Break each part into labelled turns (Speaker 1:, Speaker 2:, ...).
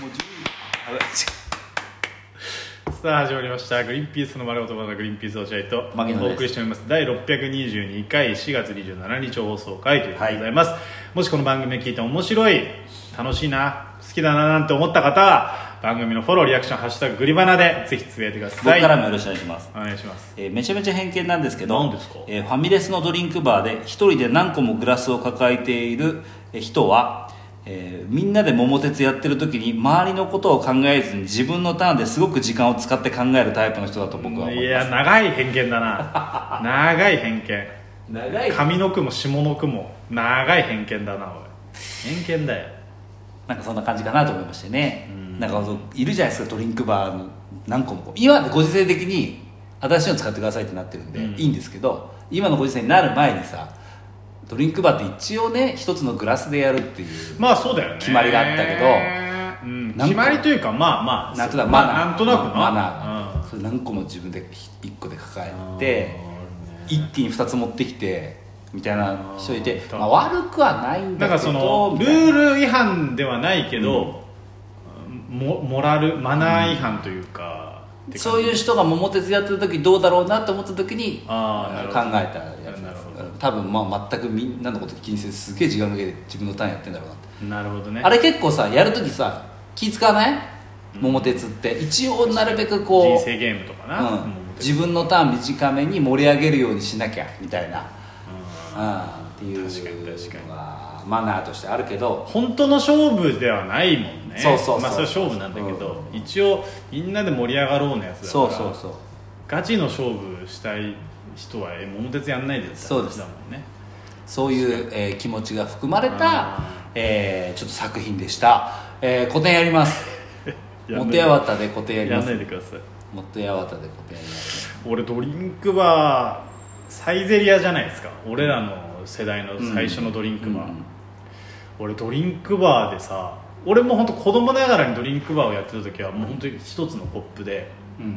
Speaker 1: もう10
Speaker 2: さあ始まりましたグリーンピースの丸ごとバナグリーンピース落合と
Speaker 3: 牧野です
Speaker 2: お送りしております第622回4月27日放送回ということでございます、もしこの番組を聞いて面白い楽しいな好きだななんて思った方は番組のフォローリアクション「ハッシュタググリバナ」でぜひつぶやいてください
Speaker 3: 僕からもよろしくお願いします、
Speaker 2: お願いします
Speaker 3: えーめちゃめちゃ偏見なんですけど
Speaker 2: 何ですか
Speaker 3: えーファミレスのドリンクバーで一人で何個もグラスを抱えているえー人は、えーみんなで桃鉄やってる時に周りのことを考えずに自分のターンですごく時間を使って考えるタイプの人だと僕は思
Speaker 2: い
Speaker 3: いま
Speaker 2: や
Speaker 3: す
Speaker 2: 長い偏見だ な長い偏見
Speaker 3: 長い
Speaker 2: 上の句も下の句も長い偏見だなおい偏見だよ
Speaker 3: なんかそんな感じかなと思いましてねなんかそういるじゃないですかドリンクバーの何個もこう今ご時世的に新しいの使ってくださいってなってるんで、
Speaker 2: うん
Speaker 3: いいんですけど今のご時世になる前にさドリンクバーって一応ね一つのグラスでやるっていう
Speaker 2: まあそうだよね
Speaker 3: 決まりがあったけど
Speaker 2: うん、
Speaker 3: なんか
Speaker 2: 決まりというかまあまあ
Speaker 3: なんとなく
Speaker 2: ま
Speaker 3: マ
Speaker 2: あ
Speaker 3: ナー
Speaker 2: なんとなくな
Speaker 3: マナーがそれ何個も自分で1個で抱えて一気に2つ持ってきてみたいな人いて
Speaker 2: あー
Speaker 3: まあ、悪くはない
Speaker 2: うんんな
Speaker 3: だ
Speaker 2: ん
Speaker 3: けど
Speaker 2: かその
Speaker 3: み
Speaker 2: ル
Speaker 3: たいな
Speaker 2: ール違反ではないけど、モモラルマナー違反というか、って感じ
Speaker 3: そういう人が桃鉄やってる時どうだろうなと思った時に
Speaker 2: あーなる
Speaker 3: 考
Speaker 2: ほ
Speaker 3: え
Speaker 2: ど
Speaker 3: たやつ
Speaker 2: なる
Speaker 3: です
Speaker 2: ほど
Speaker 3: うん多分まあ全くみんなのこと気にせずすげえ時間かけて自分のターンやってんだろうなって、
Speaker 2: なるほどね
Speaker 3: あれ結構さやる時さ気使わない桃鉄って一応なるべくこう
Speaker 2: 人生ゲームとかな、
Speaker 3: う
Speaker 2: も
Speaker 3: ん
Speaker 2: う、
Speaker 3: 自分のターン短めに盛り上げるようにしなきゃみたいな、うん、って
Speaker 2: 確か
Speaker 3: い
Speaker 2: に確か
Speaker 3: う
Speaker 2: に
Speaker 3: のがマナーとしてあるけど
Speaker 2: 本当の勝負ではないもんね
Speaker 3: そうそうそう
Speaker 2: まあ、それは勝負なんだけど、一応みんなで盛り上がろうのやつだから
Speaker 3: そうそうそう
Speaker 2: ガチの勝負したい人はえ桃鉄やんないでって
Speaker 3: そうです
Speaker 2: だもんね
Speaker 3: そういう、えー気持ちが含まれ
Speaker 2: あ
Speaker 3: た、えーちょっと作品でした、えー、個展やります
Speaker 2: やん
Speaker 3: 元
Speaker 2: ないで
Speaker 3: 八幡で個展やり
Speaker 2: や
Speaker 3: ま
Speaker 2: んない
Speaker 3: す
Speaker 2: でください
Speaker 3: 元八幡で個展やります
Speaker 2: 俺ドリンクバーサイゼリアじゃないですか俺らの世代の最初のドリンクバー、
Speaker 3: うん
Speaker 2: 俺ドリンクバーでさ俺も本当子供ながらにドリンクバーをやってた時はもう本当に一つのコップで
Speaker 3: うん
Speaker 2: っ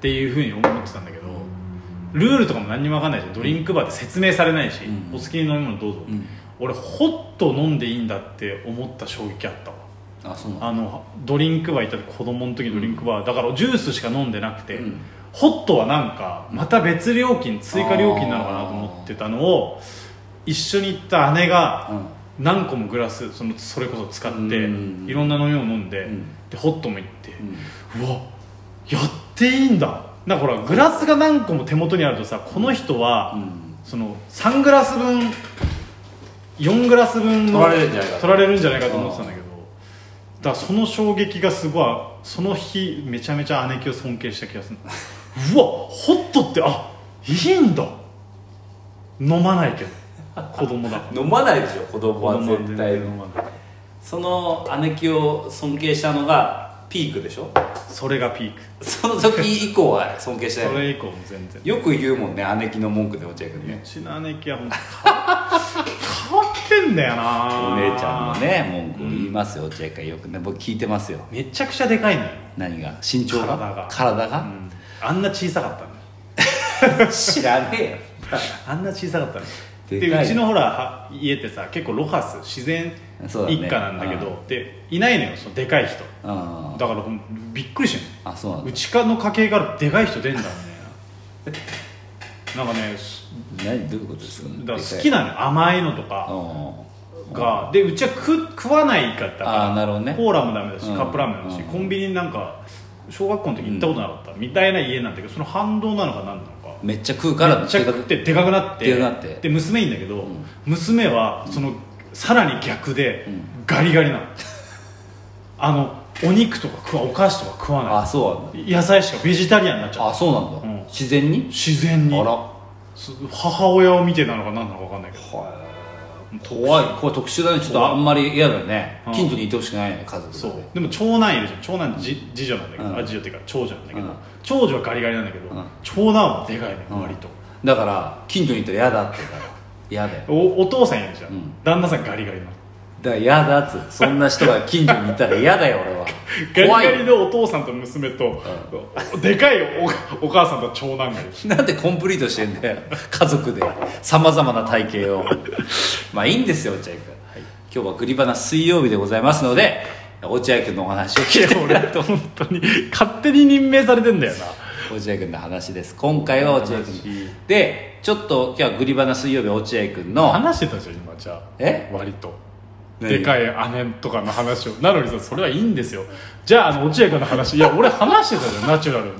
Speaker 2: ていうふうに思ってたんだけどルールとかも何にも分かんないじゃんドリンクバーって説明されないし、
Speaker 3: うん
Speaker 2: お好きな飲み物どうぞ、
Speaker 3: うん
Speaker 2: 俺ホット飲んでいいんだって思った衝撃あったわ
Speaker 3: あそうなんだ
Speaker 2: あのドリンクバー行った時子供の時ドリンクバーだからジュースしか飲んでなくて、
Speaker 3: うん
Speaker 2: ホットはなんかまた別料金追加料金なのかなと思ってたのを一緒に行った姉が
Speaker 3: うん
Speaker 2: 何個もグラスそのそれこそ使って
Speaker 3: うんうんうん
Speaker 2: いろんな飲み物飲んで,、
Speaker 3: うん
Speaker 2: でホットも行って、
Speaker 3: うん
Speaker 2: うわやっていいんだなんかほらグラスが何個も手元にあるとさこの人は、
Speaker 3: うん
Speaker 2: その3グラス分4グラス分の
Speaker 3: 取られるんじゃないか
Speaker 2: 取られるんじゃないかと思ってたんだけどだからその衝撃がすごいその日めちゃめちゃ姉貴を尊敬した気がするうわホットってあいいんだ飲まないけど子供だ
Speaker 3: 飲まないでしょ子供
Speaker 2: 子
Speaker 3: は
Speaker 2: 供は全
Speaker 3: 絶対
Speaker 2: 然飲まない
Speaker 3: その姉貴を尊敬したのがピークでしょ
Speaker 2: それがピーク
Speaker 3: その時以降は尊敬し
Speaker 2: そ
Speaker 3: たよね
Speaker 2: れ以降も全然
Speaker 3: よく言うもんね姉貴の文句で落合君ね
Speaker 2: うちの姉貴は本当変わ変わってんだよな
Speaker 3: お姉ちゃんのね文句を言いますよ落合君よくね僕聞いてますよ
Speaker 2: めちゃくちゃでかいのよ、
Speaker 3: 何が身長が
Speaker 2: 体が
Speaker 3: 体
Speaker 2: う
Speaker 3: が
Speaker 2: んあんな小さかったの
Speaker 3: 知らね えよ
Speaker 2: あんな小さかったので
Speaker 3: でかいう
Speaker 2: ちのほらは家ってさ結構ロハス自然
Speaker 3: そうだね
Speaker 2: 一家なんだけどでいないのよそのでかい人
Speaker 3: うん
Speaker 2: だからほんびっくりして
Speaker 3: あそうなん
Speaker 2: んの
Speaker 3: だ
Speaker 2: うちかの家系からでかい人出んだみ たいななんかねす
Speaker 3: 何どういうことですか
Speaker 2: だから好きなのよ甘いのと
Speaker 3: う
Speaker 2: か
Speaker 3: ん
Speaker 2: がでうちは食食わないかったから
Speaker 3: あーなるほどね
Speaker 2: コーラもダメだし
Speaker 3: うん
Speaker 2: カップラーメンもダメだし、
Speaker 3: うん
Speaker 2: コンビニなんか小学校の時行ったことなかった、みたいな家なんだけどその反動なのか何なのか
Speaker 3: めっちゃ食うから
Speaker 2: めっちゃ食ってでかくなって
Speaker 3: でかくなって
Speaker 2: で娘いいんだけど、
Speaker 3: ん
Speaker 2: 娘はそのさらに逆で、
Speaker 3: うん
Speaker 2: ガリガリなのあのお肉とか食わお菓子とか食わ
Speaker 3: あ
Speaker 2: な
Speaker 3: そうなんだ
Speaker 2: い野菜しかベジタリアンになっちゃ
Speaker 3: あ
Speaker 2: った
Speaker 3: そうなんだ、
Speaker 2: うん
Speaker 3: 自然に
Speaker 2: 自然
Speaker 3: あ
Speaker 2: に
Speaker 3: ら
Speaker 2: す母親を見てなのか何なのか分かんないけど
Speaker 3: 怖いこれ特殊だねちょっとあんまり嫌だね、
Speaker 2: うん
Speaker 3: 近所にいてほしくないね家族
Speaker 2: そう
Speaker 3: で
Speaker 2: でも長男いるじゃん長男じ次女なんだけど、
Speaker 3: うん
Speaker 2: あ次女っていうか長女なんだけど、
Speaker 3: うん
Speaker 2: 長女はガリガリなんだけど、
Speaker 3: うん
Speaker 2: 長男はでかいね
Speaker 3: うん
Speaker 2: 割と、
Speaker 3: だから近所にいたら嫌だって言うから嫌だよ
Speaker 2: おお父さんいるじゃん、
Speaker 3: うん
Speaker 2: 旦那さんガリガリなの
Speaker 3: だから嫌だっつうのそんな人が近所にいたら嫌だよ 俺は
Speaker 2: ガリ
Speaker 3: 怖
Speaker 2: ガリ
Speaker 3: い
Speaker 2: のお父さんと娘と、でかいおお母さんと長男がいる
Speaker 3: なんでコンプリートしてんだよ家族でさまざまな体型をまあいいんですよ落合君、今日は「グリバナ水曜日」でございますので、落合君のお話を聞いてもらうと
Speaker 2: 本当に勝手に任命されてんだよな
Speaker 3: 落合君の話です今回は落合君
Speaker 2: 話
Speaker 3: でちょっと今日は「グリバナ水曜日」落合君の
Speaker 2: 話してたでしょ今じゃあ
Speaker 3: え
Speaker 2: 割と
Speaker 3: 何
Speaker 2: でかい姉とかの話をなのにさそれはいいんですよじゃああの落合君の話いや俺話してたじゃんナチュラルに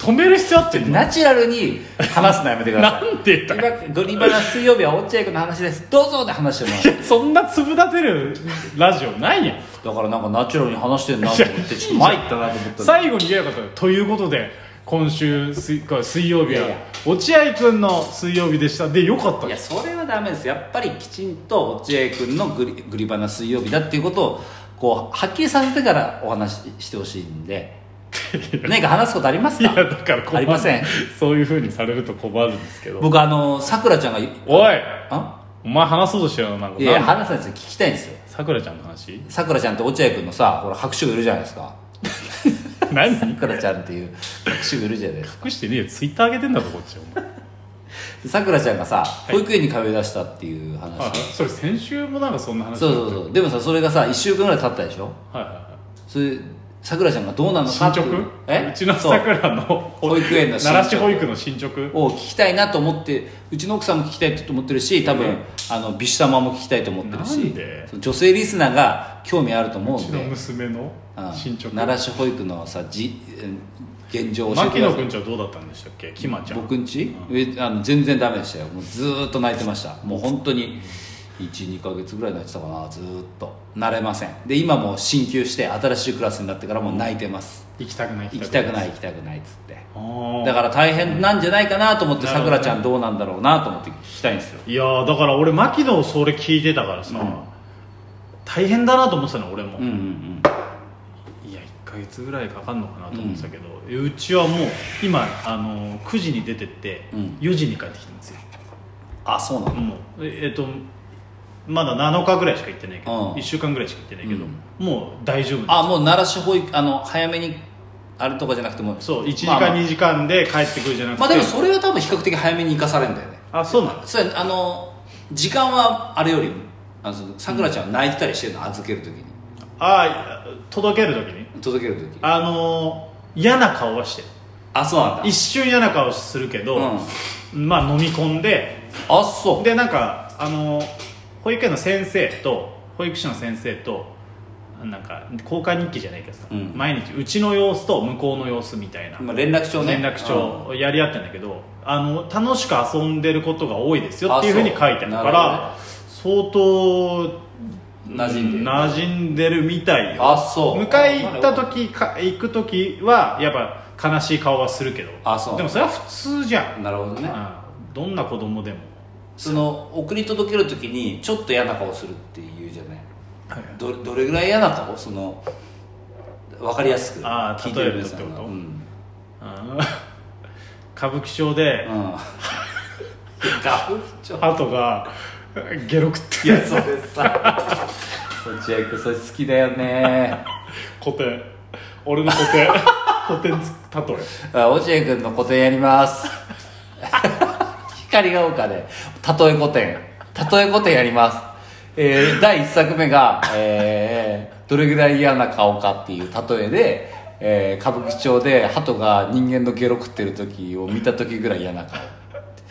Speaker 2: 止める必要あってんの
Speaker 3: ナチュラルに話すのやめてくださ
Speaker 2: ないんでだよ
Speaker 3: 今グリバナ水曜日は落合君の話ですどうぞって話してもらう
Speaker 2: そんな粒立てるラジオないやん
Speaker 3: だからなんかナチュラルに話してんなと思ってちょっと参ったなと思ったんだ
Speaker 2: 最後に言えばよかったということで今週水水曜日
Speaker 3: いやい
Speaker 2: は
Speaker 3: や
Speaker 2: 落合君の水曜日でしたでよかった
Speaker 3: いやそれはダメですやっぱりきちんと落合君のグリ「グリバナ水曜日」だっていうことをこうはっきりさせてからお話ししてほしいんで 何か話すことあります
Speaker 2: い
Speaker 3: か
Speaker 2: やだから困る
Speaker 3: ありません
Speaker 2: そういうふうにされると困るんですけど
Speaker 3: 僕あのさくらちゃんが
Speaker 2: おい
Speaker 3: あ
Speaker 2: お前話そうとしてるのなんか
Speaker 3: いやいや
Speaker 2: なんだ
Speaker 3: 話さないですよ聞きたいんですよ
Speaker 2: さくらちゃんの話
Speaker 3: さくらちゃんと落合君のさほら拍手がいるじゃないですかさ
Speaker 2: 何
Speaker 3: くらちゃんっていう拍手がいるじゃないですか
Speaker 2: 隠してねえよツイッター上げてんだぞこっちお前
Speaker 3: でさくらちゃんがさ保育園に通い出したっていう話、
Speaker 2: あそれ先週もなんかそんな話
Speaker 3: そうそうそうでもさそれがさ1週間ぐらい経ったでしょ
Speaker 2: はいはいはい
Speaker 3: それさくらちゃんがどうなの
Speaker 2: 進
Speaker 3: かって
Speaker 2: 捗
Speaker 3: いうえ
Speaker 2: うちの
Speaker 3: そう
Speaker 2: さくらの保
Speaker 3: 保育園の進捗
Speaker 2: 奈良市保育の進捗
Speaker 3: を聞きたいなと思ってうちの奥さんも聞きたいと思ってるし多分、
Speaker 2: うん
Speaker 3: あのビシュ様も聞きたいと思ってるし
Speaker 2: なんで
Speaker 3: その女性リスナーが興味あると思う
Speaker 2: うち
Speaker 3: ん
Speaker 2: の
Speaker 3: で
Speaker 2: 娘の
Speaker 3: うん
Speaker 2: 進捗
Speaker 3: 奈良市保育のさじうん現状を教えてく
Speaker 2: 牧
Speaker 3: だ
Speaker 2: 野
Speaker 3: さい
Speaker 2: くんちはどうだったんでしたっけきまちゃん
Speaker 3: 僕んち、えあの全然ダメでしたよもうずーっと泣いてましたもう本当に12か月ぐらい泣いてたかなずーっと慣れませんで今もう進級して新しいクラスになってからもう泣いてます、
Speaker 2: 行きたくない
Speaker 3: 行きたくない行きたくないっつって
Speaker 2: あ
Speaker 3: だ
Speaker 2: だ
Speaker 3: か
Speaker 2: から
Speaker 3: 大変なんじゃないかなと思って
Speaker 2: な
Speaker 3: さ
Speaker 2: る
Speaker 3: く
Speaker 2: ほど
Speaker 3: らちゃんどうなんだろうなと思って聞きたいんですよ
Speaker 2: らいやーだから俺牧野をそれ聞いてたからさ、
Speaker 3: うん
Speaker 2: 大変だなと思ってたの俺も、
Speaker 3: うんうんうん
Speaker 2: いや1か月ぐらいかかんのかなと思ってたけど、うちはもう今、あのー9時に出てって、
Speaker 3: うん
Speaker 2: 4時に帰ってきてるんですよ
Speaker 3: あそうなの
Speaker 2: もうええっとまだ7日ぐらいしか行ってないけど、
Speaker 3: うん
Speaker 2: 1週間ぐらいしか行ってないけど、
Speaker 3: う
Speaker 2: もう大丈夫
Speaker 3: あもう奈良市保育あの早めにあれとかじゃなくても
Speaker 2: そう1時
Speaker 3: まあ
Speaker 2: 間2時間で帰ってくるじゃなくて
Speaker 3: まあ、まあでもそれは多分比較的早めに生かされるんだよね
Speaker 2: あそうなの
Speaker 3: それあの時間はあれよりもあのそのさくらちゃんは泣いてたりしてるの預けるときに
Speaker 2: あーいや届ける時に
Speaker 3: 届けるとき
Speaker 2: あのー嫌な顔はしてる
Speaker 3: あそうなんだ
Speaker 2: 一瞬嫌な顔するけど、まあ飲み込んで
Speaker 3: あそう
Speaker 2: でなんかあの保育園の先生と保育士の先生となんか交換日記じゃないけどさ、
Speaker 3: うん
Speaker 2: 毎日うちの様子と向こうの様子みたいな
Speaker 3: まあ連絡帳ね
Speaker 2: 連絡帳をやり合ってんだけど、あの楽しく遊んでることが多いですよっていうふうに書いてあるか
Speaker 3: あ
Speaker 2: ら相当
Speaker 3: うん馴染んでる
Speaker 2: 馴染んでるみたいよ
Speaker 3: あそう
Speaker 2: 迎え行った時か行く時はやっぱ悲しい顔はするけど
Speaker 3: あそう
Speaker 2: でもそれは普通じゃん、
Speaker 3: なるほどね
Speaker 2: うんどんな子供でも
Speaker 3: その送り届けるときにちょっと嫌な顔するっていうじゃないどどれぐらい嫌な顔その分かりやすく
Speaker 2: あー
Speaker 3: 聞いてる皆さ
Speaker 2: 例え
Speaker 3: ん
Speaker 2: る
Speaker 3: が
Speaker 2: と
Speaker 3: う
Speaker 2: ってこと
Speaker 3: ん
Speaker 2: あー歌舞伎町で
Speaker 3: うん ガフちょ
Speaker 2: 鳩がゲロ食っ
Speaker 3: い
Speaker 2: て
Speaker 3: や
Speaker 2: る
Speaker 3: それ さ落合君それ好きだよね
Speaker 2: 古典俺の古典 古典つ例
Speaker 3: あ落合君の個展やります光が丘でたとえ個展たとえ個展やりますえー第1作目が、えーどれぐらい嫌な顔かっていう例えで、えー歌舞伎町で鳩が人間のゲロ食ってる時を見た時ぐらい嫌な顔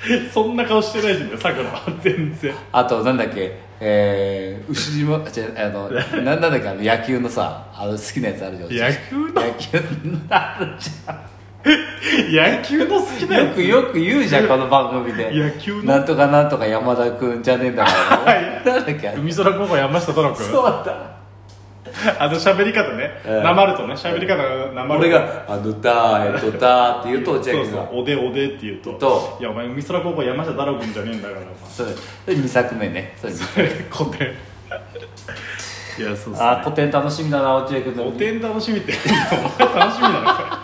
Speaker 2: えそんな顔してないじゃんさくらは全然
Speaker 3: あとなんだっけえー、牛島じゃあのななんだっけあの野球のさあの好きなやつあるじゃん
Speaker 2: 野球の
Speaker 3: 野球のあるじゃん
Speaker 2: 野球の好きな
Speaker 3: よ
Speaker 2: やつ
Speaker 3: くよく言うじゃんこの番組で
Speaker 2: 野球の
Speaker 3: なんとかなんとか山田君じゃねえんだから、
Speaker 2: い
Speaker 3: なんだっけあれ
Speaker 2: 海空高校山下殿君
Speaker 3: そうだった
Speaker 2: あの喋り方ね
Speaker 3: ええ
Speaker 2: なまるとね喋り方なまる
Speaker 3: 俺
Speaker 2: と
Speaker 3: が「あのたえっとた」って言うと落合
Speaker 2: そう
Speaker 3: 君
Speaker 2: そ
Speaker 3: が
Speaker 2: うおでおでって言うと
Speaker 3: と
Speaker 2: いやお前海空高校山下太郎君じゃねえんだからお前
Speaker 3: それそれ2作目ねそれ二
Speaker 2: それ 古典いやそうっすね
Speaker 3: あー古典楽しみだな落合君の
Speaker 2: 古典楽しみってお前楽しみなの か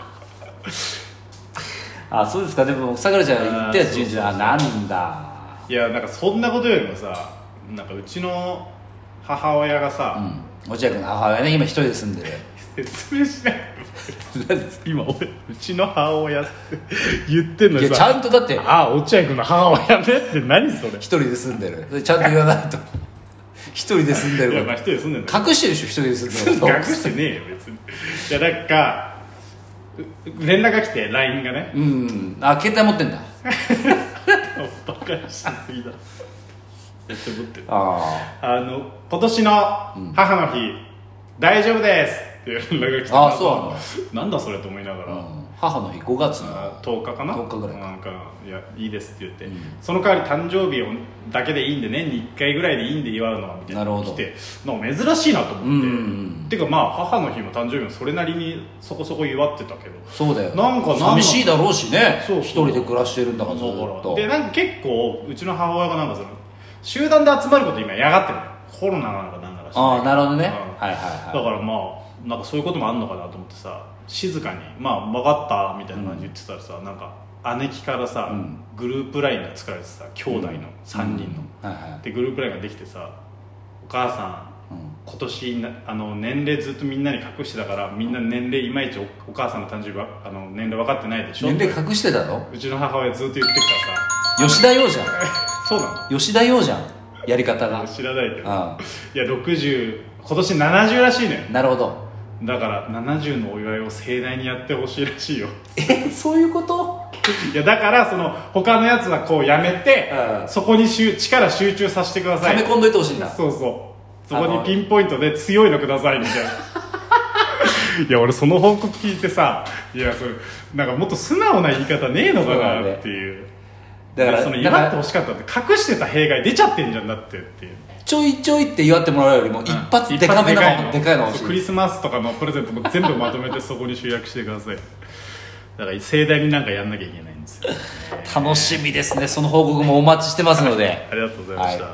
Speaker 3: あそうですかでもさくらちゃんが言っては
Speaker 2: あー
Speaker 3: 順々あなんだ
Speaker 2: いやなんかそんなことよりもさなんかうちの母親が
Speaker 3: う
Speaker 2: さ、
Speaker 3: ん落合君の母親ね今一人で住ん でる
Speaker 2: 説明しない
Speaker 3: 何ですか
Speaker 2: 今俺うちの母親って言ってんの
Speaker 3: い
Speaker 2: に
Speaker 3: やちゃ
Speaker 2: さ
Speaker 3: んとだって
Speaker 2: ああ落合君の母親ねって何それ
Speaker 3: 一人で住んでるそれちゃんと言わないと一人で住んで
Speaker 2: いや
Speaker 3: るか
Speaker 2: まあ
Speaker 3: ら
Speaker 2: 一人で住んでんだ
Speaker 3: 隠してるでしょ一人で住んでる
Speaker 2: 隠してねえよ別にいやなんかう連絡が来て LINE がね
Speaker 3: うんあ携帯持ってんだ
Speaker 2: バカにしすぎだやって思ってる
Speaker 3: あ
Speaker 2: あの今年の母の日、大丈夫ですっていう連絡が来て
Speaker 3: あそ
Speaker 2: なんだそれと思いながら、
Speaker 3: あ、うん母の日5月の
Speaker 2: 10日かな
Speaker 3: 10日ぐらいか
Speaker 2: なんかいやいいですって言って、その代わり誕生日をだけでいいんで年に1回ぐらいでいいんで祝うのはみたいな
Speaker 3: なるほど
Speaker 2: 来てなんか珍しいなと思って、
Speaker 3: うんうんうん
Speaker 2: ていうかまあ母の日も誕生日もそれなりにそこそこ祝ってたけど
Speaker 3: そうだよ
Speaker 2: なんかなん
Speaker 3: 寂しいだろうしね
Speaker 2: そうそう
Speaker 3: 一人で暮らしてるんだからずっ
Speaker 2: だから
Speaker 3: と
Speaker 2: でなんか結構うちの母親がなんかその集団で集まること今嫌がってるのよコロナなのかなんだか知ら
Speaker 3: あ
Speaker 2: ない
Speaker 3: あなるほどね、
Speaker 2: うん
Speaker 3: はいはい
Speaker 2: だ
Speaker 3: は
Speaker 2: からまあなんかそういうこともあんのかなと思ってさ静かに「まあ分かった」みたいな感じで言ってたらさ、なんか姉貴からさ、
Speaker 3: うん
Speaker 2: グループラインが作られてさ兄弟の3
Speaker 3: い
Speaker 2: 人の、
Speaker 3: うんはいはい
Speaker 2: でグループラインができてさ「お母さん
Speaker 3: うん
Speaker 2: 今年なあの年齢ずっとみんなに隠してたからみんな年齢いまいちおお母さんの誕生日はあの年齢分かってないでしょ」
Speaker 3: 年齢隠してたの
Speaker 2: うちの母親ずっと言ってきたら
Speaker 3: 吉田洋じゃん
Speaker 2: さ「そうな
Speaker 3: 吉田洋じゃんやり方が
Speaker 2: の知らないけど
Speaker 3: あ
Speaker 2: いや60今年70らしいのよ
Speaker 3: あなるほど
Speaker 2: だから70のお祝いを盛大にやってほしいらしいよ
Speaker 3: えそういうこと
Speaker 2: いやだからその他のやつはこうやめて、
Speaker 3: うん
Speaker 2: そこにしゅ力集中させてくださ
Speaker 3: 溜
Speaker 2: い
Speaker 3: め込んどいてほしいんだ
Speaker 2: そうそうそこ
Speaker 3: あ
Speaker 2: に
Speaker 3: の
Speaker 2: ピンポイントで強いのくださいみた いないや俺その報告聞いてさいやそれなんかもっと素直な言い方ねえのかなっていう
Speaker 3: だから
Speaker 2: でその
Speaker 3: だか
Speaker 2: 祝って
Speaker 3: ら
Speaker 2: ほしかったって隠してた弊害出ちゃってんじゃんだってっていう
Speaker 3: ちょいちょいって祝ってもらうよりも一発でかめのでかいの欲し
Speaker 2: そう
Speaker 3: い
Speaker 2: クリスマスとかのプレゼントも全部まとめてそこに集約してくださいだから盛大になんかやんなきゃいけないんですよ
Speaker 3: 楽しみですねその報告もお待ちしてますので
Speaker 2: ありがとうございました、
Speaker 3: は